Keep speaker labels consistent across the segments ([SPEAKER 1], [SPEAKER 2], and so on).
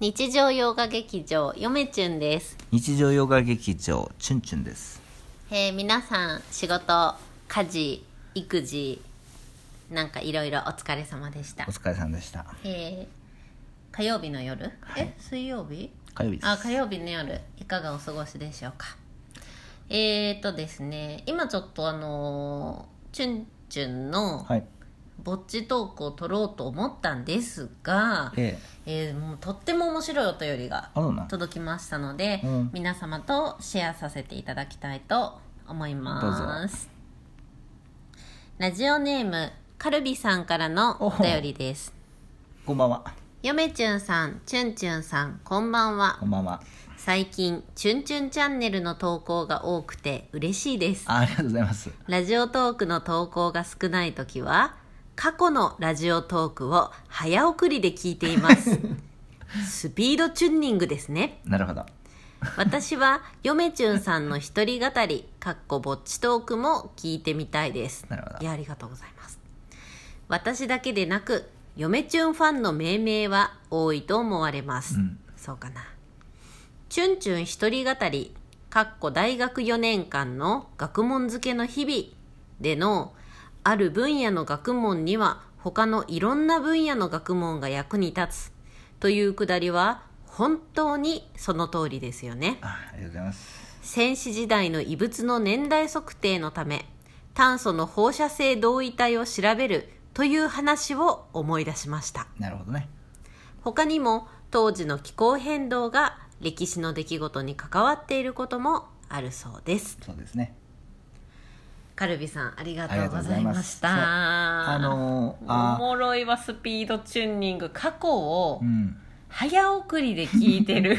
[SPEAKER 1] 日常洋画劇場よめちゅんです、
[SPEAKER 2] 日常ヨガ劇場チュンチュンです
[SPEAKER 1] えー皆さん仕事家事育児なんかいろいろお疲れ様でした
[SPEAKER 2] お、疲れさんでした
[SPEAKER 1] えー火曜日の夜、え水曜日
[SPEAKER 2] 火曜日です
[SPEAKER 1] あ火曜日の夜いかがお過ごしでしょうかえーとですね今ちょっとあのーチュンチュンの
[SPEAKER 2] はい
[SPEAKER 1] ぼっちトークを撮ろうと思ったんですが、
[SPEAKER 2] え
[SPEAKER 1] えーもうとっても面白いお便りが
[SPEAKER 2] あそうなん
[SPEAKER 1] 届きましたので、
[SPEAKER 2] うん
[SPEAKER 1] 皆様とシェアさせていただきたいと思いますラジオネームカルビさんからのお便りです
[SPEAKER 2] こんばんは
[SPEAKER 1] よめちゅんさんちゅんちゅんさんこんばんは
[SPEAKER 2] こんばんは
[SPEAKER 1] 最近「ちゅんちゅんチャンネル」の投稿が多くて嬉しいです
[SPEAKER 2] あありがとうございます
[SPEAKER 1] ラジオトークの投稿が少ないときは、過去のラジオトークを早送りで聞いてい ます。スピードチューニングですね。
[SPEAKER 2] なるほど
[SPEAKER 1] 私は、ヨメチュンさんの一人語り、かっこぼっちトークも聞いてみたいです。
[SPEAKER 2] なるほど
[SPEAKER 1] いや、ありがとうございます。私だけでなく、ヨメチュンファンの命名は多いと思われます。
[SPEAKER 2] うん
[SPEAKER 1] そうかな。チュンチュン一人語り、かっこ大学4年間の学問漬けの日々での、ある分野の学問には他のいろんな分野の学問が役に立つというくだりは、本当にその通りですよね。
[SPEAKER 2] あありがとうございます
[SPEAKER 1] 戦死時代の異物の年代測定のため、炭素の放射性同位体を調べるという話を思い出しました。
[SPEAKER 2] なるほどね
[SPEAKER 1] 他にも当時の気候変動が歴史の出来事に関わっていることもあるそうです
[SPEAKER 2] そうですね
[SPEAKER 1] カルビさんありがと
[SPEAKER 2] ありが
[SPEAKER 1] うご
[SPEAKER 2] とうご
[SPEAKER 1] ざ
[SPEAKER 2] ざ
[SPEAKER 1] い
[SPEAKER 2] い
[SPEAKER 1] ま
[SPEAKER 2] ま
[SPEAKER 1] し
[SPEAKER 2] す
[SPEAKER 1] た
[SPEAKER 2] あのー
[SPEAKER 1] お
[SPEAKER 2] あ
[SPEAKER 1] もろいわスピードチューニング過去を
[SPEAKER 2] うん
[SPEAKER 1] 早送りで聞いてる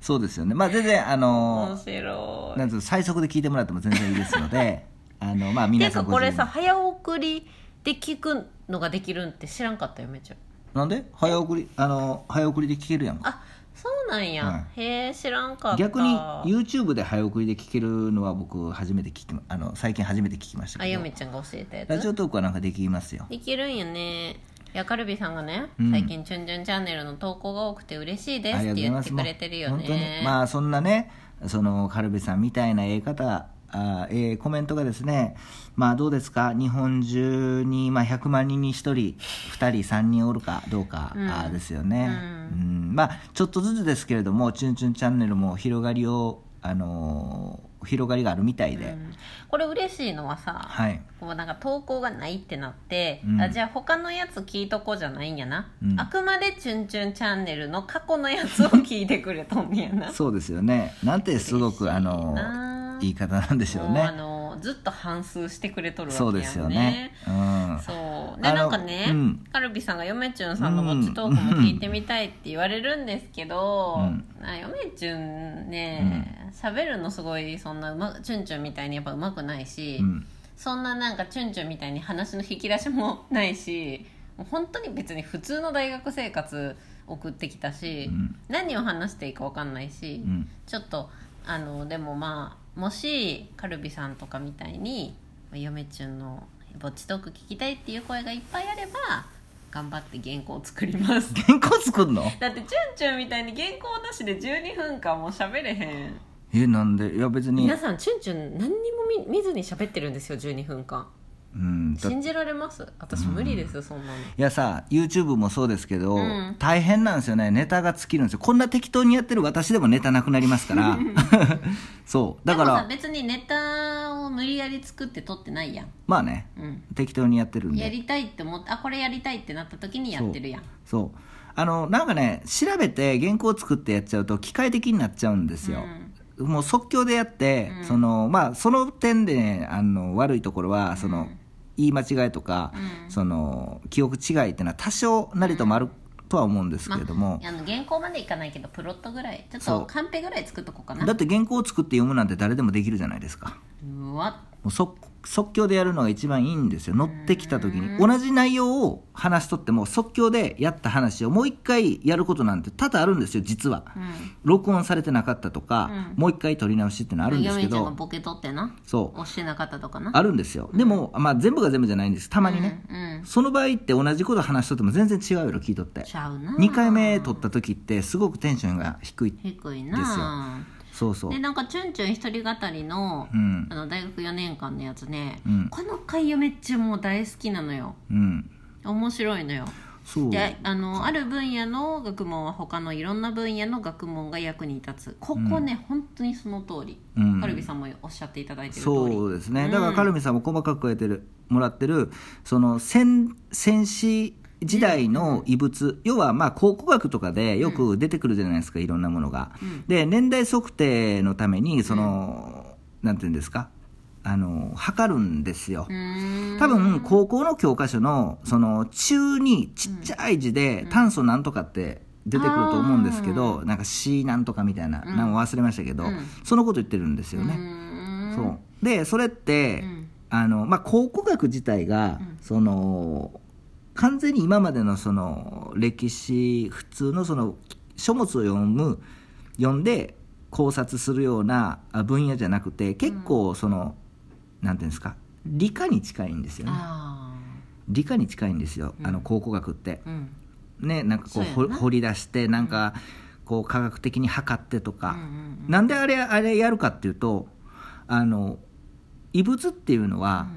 [SPEAKER 2] そうですよねまあ全然あ
[SPEAKER 1] 面
[SPEAKER 2] の
[SPEAKER 1] 白い
[SPEAKER 2] なんつうの最速で聞いてもらっても全然いいですので あのまあ皆
[SPEAKER 1] て
[SPEAKER 2] さ
[SPEAKER 1] か
[SPEAKER 2] ん
[SPEAKER 1] これ
[SPEAKER 2] ご自
[SPEAKER 1] さ
[SPEAKER 2] 由
[SPEAKER 1] 早送りで聞くのができるんって知らんかったよめちゃん
[SPEAKER 2] になんで早送りあの早送りで聞けるやんか
[SPEAKER 1] あそうなんや、
[SPEAKER 2] は
[SPEAKER 1] へえ知らんかった
[SPEAKER 2] 逆に YouTube で早送りで聞けるのは僕初めて聞きまあの最近初めて聞きました
[SPEAKER 1] あ
[SPEAKER 2] け
[SPEAKER 1] よ
[SPEAKER 2] ど
[SPEAKER 1] めちゃんが教えたやつ
[SPEAKER 2] ラジオトークはなんかできますよ
[SPEAKER 1] できるんよねいやカルビさんがね、
[SPEAKER 2] うん
[SPEAKER 1] 最近「チュンチュンチャンネル」の投稿が多くて嬉しいです
[SPEAKER 2] あ
[SPEAKER 1] っ
[SPEAKER 2] り
[SPEAKER 1] て
[SPEAKER 2] がとうござ
[SPEAKER 1] 言
[SPEAKER 2] いま
[SPEAKER 1] って
[SPEAKER 2] す
[SPEAKER 1] くれてるよ
[SPEAKER 2] もう本当
[SPEAKER 1] ね
[SPEAKER 2] にまあそんなねそのカルベさんみたいなええ方あええコメントがですねまあどうですか日本中に、まあ、100万人に1人2人3人おるかどうか、
[SPEAKER 1] うん
[SPEAKER 2] あですよね、
[SPEAKER 1] う
[SPEAKER 2] うんまあちょっとずつですけれども「チュンチュンチャンネル」も広がりをあのー広がりがあるみたいで、
[SPEAKER 1] うんこれ嬉しいのはさ、
[SPEAKER 2] はい
[SPEAKER 1] こうなんか投稿がないってなって、
[SPEAKER 2] うん
[SPEAKER 1] あじゃあ他のやつ聞いとこじゃないんやな、
[SPEAKER 2] うん
[SPEAKER 1] あくまで「チュンチュンチャンネル」の過去のやつを聞いてくれとんねやな
[SPEAKER 2] そうですよねなんてすご
[SPEAKER 1] 嬉
[SPEAKER 2] く
[SPEAKER 1] しい
[SPEAKER 2] あの
[SPEAKER 1] な
[SPEAKER 2] 言い方なんでしょう
[SPEAKER 1] もうあ
[SPEAKER 2] ね
[SPEAKER 1] のずっと反数してくれとるわけや
[SPEAKER 2] そ
[SPEAKER 1] ん
[SPEAKER 2] うですよねうん
[SPEAKER 1] そうで
[SPEAKER 2] あの
[SPEAKER 1] なんかね、
[SPEAKER 2] うん
[SPEAKER 1] カルビさんがヨメチュンさんのぼっちトークも聞いてみたいって言われるんですけど、
[SPEAKER 2] う
[SPEAKER 1] なヨメチュンね喋、るのすごいそんなうまチュンチュンみたいにやっぱうまくないし、
[SPEAKER 2] うん
[SPEAKER 1] そんななんかチュンチュンみたいに話の引き出しもないしもう本当に別に普通の大学生活送ってきたし、
[SPEAKER 2] うん
[SPEAKER 1] 何を話していいか分かんないし、
[SPEAKER 2] うん
[SPEAKER 1] ちょっとあのでもまあもしカルビさんとかみたいに「嫁チュンのぼっちトーク聞きたい」っていう声がいっぱいあれば頑張って原稿を作り ます
[SPEAKER 2] 原稿作んの
[SPEAKER 1] だってチュンチュンみたいに原稿なしで12分間も喋れへん
[SPEAKER 2] えなんでいや別に
[SPEAKER 1] 皆さんチュンチュン何にも見見ずに喋ってるんですよ12分間
[SPEAKER 2] うんだ
[SPEAKER 1] 信じられます私無理ですよそんなの
[SPEAKER 2] いやさ YouTube もそうですけど、
[SPEAKER 1] うん
[SPEAKER 2] 大変なんですよねネタが尽きるんですよこんな適当にやってる私でもネタなくなりますから そうだか
[SPEAKER 1] でもさ
[SPEAKER 2] ら
[SPEAKER 1] 別にネタを無理やり作って撮ってないやん
[SPEAKER 2] まあね
[SPEAKER 1] うん
[SPEAKER 2] 適当にやってるん
[SPEAKER 1] や
[SPEAKER 2] で
[SPEAKER 1] りたいって思ってあこれやりたいってなった時にやってるやん
[SPEAKER 2] そうあのなんかね調べて原稿作ってやっちゃうと機械的になっちゃうんですよ、もう即興でやって、
[SPEAKER 1] うん
[SPEAKER 2] そのまあその点でねあの悪いところはそ
[SPEAKER 1] う
[SPEAKER 2] の、
[SPEAKER 1] ん
[SPEAKER 2] 言い間違いとか、
[SPEAKER 1] うん
[SPEAKER 2] その記憶違いっていうのは多少なりともあるとは思うんですけれども、
[SPEAKER 1] あの原稿までいかないけどプロットぐらいちょっ
[SPEAKER 2] そ
[SPEAKER 1] と
[SPEAKER 2] う
[SPEAKER 1] カンペぐらい作っとこうか
[SPEAKER 2] だ
[SPEAKER 1] な
[SPEAKER 2] って原稿を作って読むなんて誰でもできるじゃないですか
[SPEAKER 1] うわ
[SPEAKER 2] もう即即興でやるのが一番いいんですよ乗ってきた時に同じ内容を話しとっても即興でやった話をもう一回やることなんて多々あるんですよ実は、
[SPEAKER 1] うん
[SPEAKER 2] 録音されてなかったとか、
[SPEAKER 1] うん
[SPEAKER 2] もう一回撮り直しってのあるんですけ
[SPEAKER 1] 嫁ちゃんが
[SPEAKER 2] ど
[SPEAKER 1] ボケ取ってな
[SPEAKER 2] そう
[SPEAKER 1] 押してなかったとかな
[SPEAKER 2] あるんですよでも、まあ、全部が全部じゃないんですたまにね、
[SPEAKER 1] うんうん
[SPEAKER 2] その場合って同じこと話しとっても全然違うよ聞いとって
[SPEAKER 1] ちゃうな
[SPEAKER 2] 2回目撮った時ってすごくテンションが低い
[SPEAKER 1] 低い
[SPEAKER 2] です
[SPEAKER 1] な
[SPEAKER 2] そうそう
[SPEAKER 1] でなんかチュンチュン一人語りの,、
[SPEAKER 2] うん
[SPEAKER 1] あの大学4年間のやつね、
[SPEAKER 2] うん
[SPEAKER 1] この回嫁っちゃんもう大好きなのよ
[SPEAKER 2] うん
[SPEAKER 1] 面白いのよ
[SPEAKER 2] そう
[SPEAKER 1] であのある分野の学問は他のいろんな分野の学問が役に立つここね、本当にその通り、
[SPEAKER 2] うん
[SPEAKER 1] カルビさんもおっしゃっていただいてる通り
[SPEAKER 2] そうですねだか
[SPEAKER 1] う
[SPEAKER 2] ら
[SPEAKER 1] ん
[SPEAKER 2] カルミさんも細かく得てるもらってるその戦戦士時代の遺物要はまあ考古学とかでよく出てくるじゃないですか、いろんなものが、で年代測定のためにその、なんていうんですかあの測るんですよ、
[SPEAKER 1] うーん
[SPEAKER 2] 多分高校の教科書のその中にちっちゃい字で炭素なんとかって出てくると思うんですけど、なんか C なんとかみたいな、なんか忘れましたけど、
[SPEAKER 1] うん
[SPEAKER 2] そのこと言ってるんですよ
[SPEAKER 1] うー
[SPEAKER 2] ね、
[SPEAKER 1] ん
[SPEAKER 2] そうでそれって、
[SPEAKER 1] うん
[SPEAKER 2] あのまあ、考古学自体が、その完全に今までのその歴史普通のその書物を読む読んで考察するようなあ分野じゃなくて結構その、なんていうんですか理科に近いんですよね
[SPEAKER 1] あ
[SPEAKER 2] 理科に近いんですよ、あの考古学って
[SPEAKER 1] ーうん
[SPEAKER 2] ねなんかこ
[SPEAKER 1] そ
[SPEAKER 2] う
[SPEAKER 1] うや
[SPEAKER 2] ほ
[SPEAKER 1] な
[SPEAKER 2] 掘り出してなんかこう科学的に測ってとか、
[SPEAKER 1] うんうん
[SPEAKER 2] なんであれあれやるかっていうとあの異物っていうのは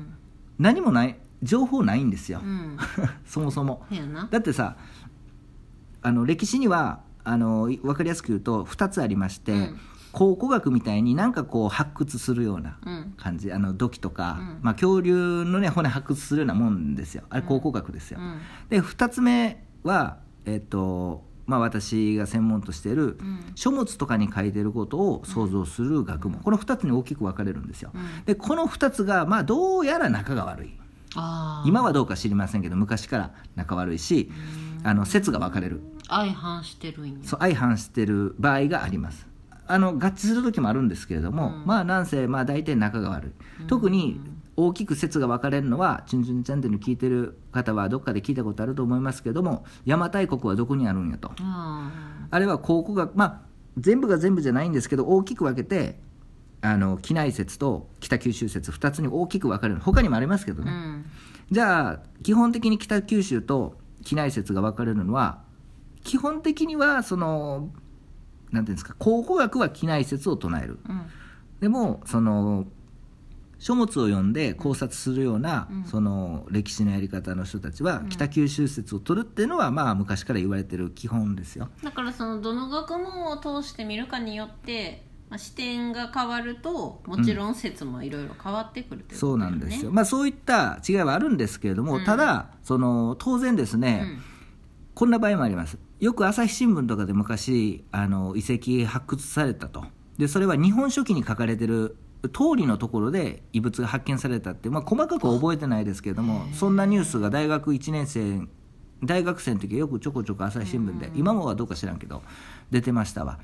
[SPEAKER 2] 何もない情報ないんですよ、
[SPEAKER 1] うん
[SPEAKER 2] そもそも
[SPEAKER 1] そうやな
[SPEAKER 2] だってさあの歴史にはあの分かりやすく言うと2つありまして、
[SPEAKER 1] うん
[SPEAKER 2] 考古学みたいになんかこう発掘するような
[SPEAKER 1] うん
[SPEAKER 2] 感じあの土器とか、
[SPEAKER 1] うん
[SPEAKER 2] まあ、恐竜の、ね、骨発掘するようなもんですよあれ考古学ですよ、
[SPEAKER 1] うん
[SPEAKER 2] で2つ目はえっとまあ私が専門としている
[SPEAKER 1] うん
[SPEAKER 2] 書物とかに書いてることを想像する学問この2つに大きく分かれるんですよ
[SPEAKER 1] うん
[SPEAKER 2] でこの2つがまあどうやら仲が悪い
[SPEAKER 1] あー
[SPEAKER 2] 今はどうか知りませんけど昔から仲悪いしあの説が分かれる
[SPEAKER 1] 相反してるんや
[SPEAKER 2] そう相反してる場合がありますあの合致する時もあるんですけれども、まあなんせまあ大体仲が悪い、特に大きく説が分かれるのは「チュンチュンチャンネル」聞いてる方はどっかで聞いたことあると思いますけども邪馬台国はどこにあるんやと
[SPEAKER 1] あ
[SPEAKER 2] あれは考古学まあ全部が全部じゃないんですけど大きく分けてあの畿内説と北九州説2つに大きく分かれる他にもありますけ
[SPEAKER 1] ー
[SPEAKER 2] ど
[SPEAKER 1] う
[SPEAKER 2] ね、
[SPEAKER 1] ん
[SPEAKER 2] じゃあ基本的に北九州と畿内説が分かれるのは基本的にはそのなんていうんですか考古学は畿内説を唱える
[SPEAKER 1] うん
[SPEAKER 2] でもその書物を読んで考察するような、
[SPEAKER 1] うん
[SPEAKER 2] その歴史のやり方の人たちは北九州説を取るっていうのは、まあ昔から言われてる基本ですよ。
[SPEAKER 1] だからそのどの学問を通して見るかによって、まあ、視点が変わるともちろん説もいろいろ変わってくるということ
[SPEAKER 2] そう
[SPEAKER 1] だ
[SPEAKER 2] な
[SPEAKER 1] よね
[SPEAKER 2] んですよ、まあ、そういった違いはあるんですけれども、
[SPEAKER 1] うん
[SPEAKER 2] ただその当然ですね、
[SPEAKER 1] うん
[SPEAKER 2] こんな場合もありますよく朝日新聞とかで昔あの遺跡発掘されたとでそれは「日本書紀」に書かれてる通りのところで遺物が発見されたって、まあ、細かくは覚えてないですけれどもそんなニュースが大学1年生大学生の時はよくちょこちょこ朝日新聞で今もはどうか知らんけど出てましたわ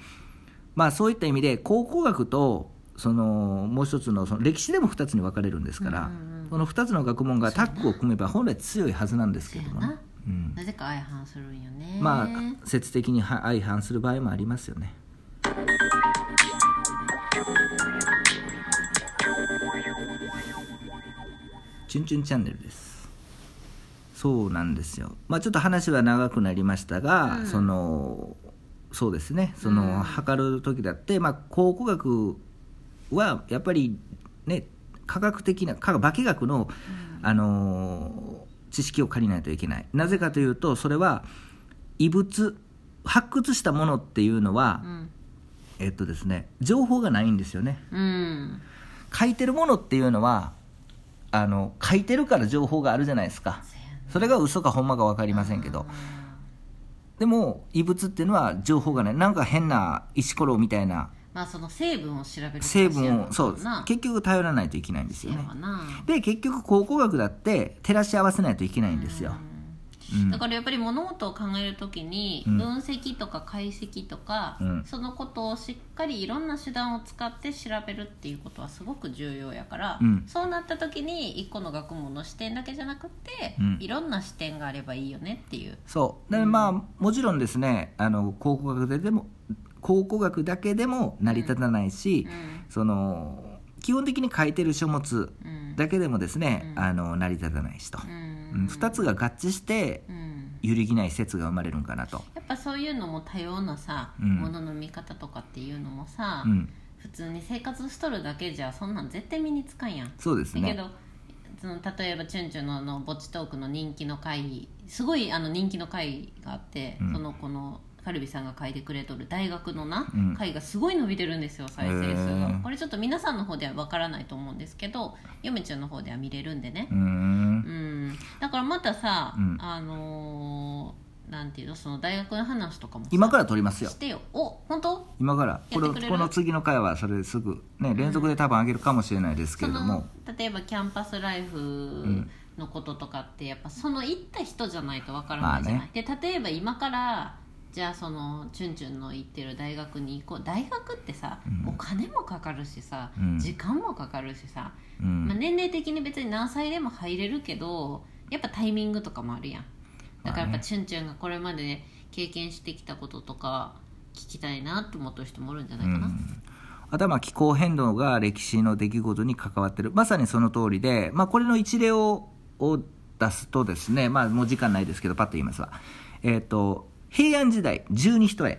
[SPEAKER 2] まあそういった意味で考古学とそのもう一つのその歴史でも2つに分かれるんですから、この2つの学問がタッグを組めば本来強いはずなんですけ
[SPEAKER 1] そうや
[SPEAKER 2] れどもね、
[SPEAKER 1] な、
[SPEAKER 2] うん、
[SPEAKER 1] なぜか相反するんよね
[SPEAKER 2] まあ説的には相反する場合もありますよねチュンチュンチャンネルですそうなんですよまあちょっと話は長くなりましたが、そのそうですねその、測る時だってまあ考古学はやっぱりね科学的な科学化学の、あのー知識を借りないといけないなぜかというとそれは異物発掘したものっていうのは、
[SPEAKER 1] うん
[SPEAKER 2] えっとですね情報がないんですよね
[SPEAKER 1] うん
[SPEAKER 2] 書いてるものっていうのはあの書いてるから情報があるじゃないですか
[SPEAKER 1] そうや
[SPEAKER 2] それが嘘かほんまか分かりませんけどでも異物っていうのは情報がないなんか変な石ころみたいな
[SPEAKER 1] まあその成分を調べる
[SPEAKER 2] 成分をそう
[SPEAKER 1] な
[SPEAKER 2] 結局頼らないといけないんですよ
[SPEAKER 1] や
[SPEAKER 2] ね
[SPEAKER 1] わな
[SPEAKER 2] で結局考古学だって照らし合わせないといけないんですよ、うん
[SPEAKER 1] だからやっぱり物事を考えるときに
[SPEAKER 2] うん
[SPEAKER 1] 分析とか解析とか、
[SPEAKER 2] うん
[SPEAKER 1] そのことをしっかりいろんな手段を使って調べるっていうことはすごく重要やから、
[SPEAKER 2] うん
[SPEAKER 1] そうなった時に一個の学問の視点だけじゃなくって、
[SPEAKER 2] うん
[SPEAKER 1] いろんな視点があればいいよねっていう
[SPEAKER 2] そうで、まあもちろんですねあの考古学ででも考古学だけでも成り立たないし、
[SPEAKER 1] う
[SPEAKER 2] その基本的に書いてる書物
[SPEAKER 1] んうん
[SPEAKER 2] だけでもですね、
[SPEAKER 1] うん
[SPEAKER 2] あの成り立たないしと、
[SPEAKER 1] う
[SPEAKER 2] うんん、2つが合致して
[SPEAKER 1] うん
[SPEAKER 2] 揺るぎない説が生まれるんかなと、
[SPEAKER 1] やっぱそういうのも多様なさ、
[SPEAKER 2] うん
[SPEAKER 1] ものの見方とかっていうのもさ、
[SPEAKER 2] うん、
[SPEAKER 1] 普通に生活しとるだけじゃそんなん絶対身につかんやん
[SPEAKER 2] そうです
[SPEAKER 1] だけ
[SPEAKER 2] ね
[SPEAKER 1] どその例えばチュンチュンのあのぼっちトークの人気の会すごいあの人気の会があって、
[SPEAKER 2] うん
[SPEAKER 1] そのこのカルビさんが書いてくれとる大学のな、
[SPEAKER 2] うん
[SPEAKER 1] 会がすごい伸びてるんですよ再生数
[SPEAKER 2] へ
[SPEAKER 1] が
[SPEAKER 2] ー
[SPEAKER 1] これちょっと皆さんの方ではわからないと思うんですけどヨメチュンの方では見れるんでね
[SPEAKER 2] うーん
[SPEAKER 1] うんだからまたさ、
[SPEAKER 2] うん
[SPEAKER 1] あのーなんていうのその大学の話とかもさ
[SPEAKER 2] 今から取りますよ
[SPEAKER 1] してよお本当
[SPEAKER 2] 今から
[SPEAKER 1] や
[SPEAKER 2] こ
[SPEAKER 1] って
[SPEAKER 2] の
[SPEAKER 1] くれる
[SPEAKER 2] この次の回はそれすぐ、ね、連続で多分上げるかもしれないですけ
[SPEAKER 1] そ
[SPEAKER 2] れど
[SPEAKER 1] の
[SPEAKER 2] も、
[SPEAKER 1] 例えばキャンパスライフのこととかってやっぱその行った人じゃないとわからないじゃない、
[SPEAKER 2] ま
[SPEAKER 1] で例えば今からじゃあそのチュンチュンの行ってる大学に行こう大学ってさ、
[SPEAKER 2] うん
[SPEAKER 1] お金もかかるしさ、
[SPEAKER 2] うん
[SPEAKER 1] 時間もかかるしさ、
[SPEAKER 2] う
[SPEAKER 1] まあ、
[SPEAKER 2] ん
[SPEAKER 1] 年齢的に別に何歳でも入れるけどやっぱタイミングとかもあるやんだからやっ
[SPEAKER 2] まあ
[SPEAKER 1] ぱ
[SPEAKER 2] ね
[SPEAKER 1] チュンチュンがこれまで経験してきたこととか聞きたいなと思ってる人もおるんじゃないかな、
[SPEAKER 2] あとはまあ気候変動が歴史の出来事に関わってるまさにその通りで、まあ、これの一例をを出すとですね、まあ、もう時間ないですけどパッと言いますわ、えっと平安時代十二人重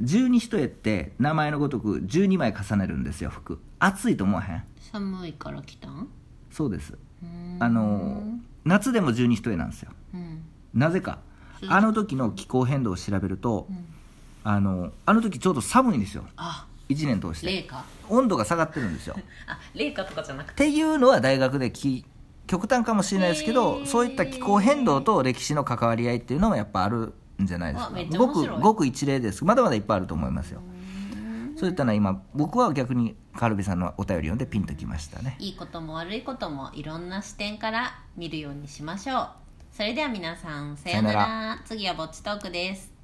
[SPEAKER 2] 十二人重って名前のごとく12枚重ねるんですよ服暑いと思わへん
[SPEAKER 1] 寒いから来たん
[SPEAKER 2] そうです
[SPEAKER 1] うーん
[SPEAKER 2] あの夏でも十二人重なんですよ
[SPEAKER 1] うん
[SPEAKER 2] なぜか
[SPEAKER 1] うん
[SPEAKER 2] あの時の気候変動を調べると、
[SPEAKER 1] ん
[SPEAKER 2] あのあの時ちょうど寒いんですよ
[SPEAKER 1] あ
[SPEAKER 2] 1年通して
[SPEAKER 1] 冷夏
[SPEAKER 2] 温度が下がってるんですよっ
[SPEAKER 1] あ冷夏とかじゃなくて
[SPEAKER 2] ていうのは大学でき極端かもしれないですけ
[SPEAKER 1] へ
[SPEAKER 2] ど
[SPEAKER 1] ー
[SPEAKER 2] そういった気候変動と歴史の関わり合いっていうのもやっぱあるんじゃないです
[SPEAKER 1] わめっ
[SPEAKER 2] か
[SPEAKER 1] ちゃ
[SPEAKER 2] ご
[SPEAKER 1] 面白
[SPEAKER 2] く
[SPEAKER 1] い
[SPEAKER 2] ごく一例ですまだまだいっぱいあると思いますよそういったのは今僕は逆にカルビさんのお便り読んでピンときましたね
[SPEAKER 1] いいことも悪いこともいろんな視点から見るようにしましょうそれでは皆さんさようなら
[SPEAKER 2] さよ
[SPEAKER 1] 次はぼっちトークです